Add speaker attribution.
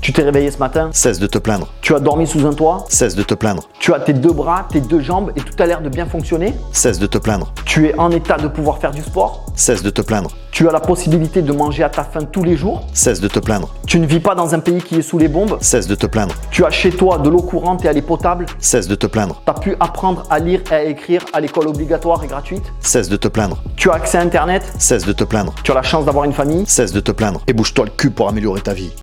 Speaker 1: Tu t'es réveillé ce matin,
Speaker 2: Cesse de te plaindre.
Speaker 1: tu as dormi sous un toit,
Speaker 2: Cesse de te plaindre.
Speaker 1: tu as tes deux bras, tes deux jambes et tout a l'air de bien fonctionner.
Speaker 2: Cesse de te plaindre.
Speaker 1: Tu es en état de pouvoir faire du sport.
Speaker 2: Cesse de te plaindre.
Speaker 1: Tu as la possibilité de manger à ta faim tous les jours.
Speaker 2: Cesse de te plaindre.
Speaker 1: Tu ne vis pas dans un pays qui est sous les bombes.
Speaker 2: Cesse de te plaindre.
Speaker 1: Tu as chez toi de l'eau courante et elle est potable.
Speaker 2: Cesse de te plaindre.
Speaker 1: Tu as pu apprendre à lire et à écrire à l'école obligatoire et gratuite.
Speaker 2: Cesse de te plaindre.
Speaker 1: Tu as accès à Internet.
Speaker 2: Cesse de te plaindre.
Speaker 1: Tu as la chance d'avoir une famille.
Speaker 2: Cesse de te plaindre. Et bouge-toi le cul pour améliorer ta vie.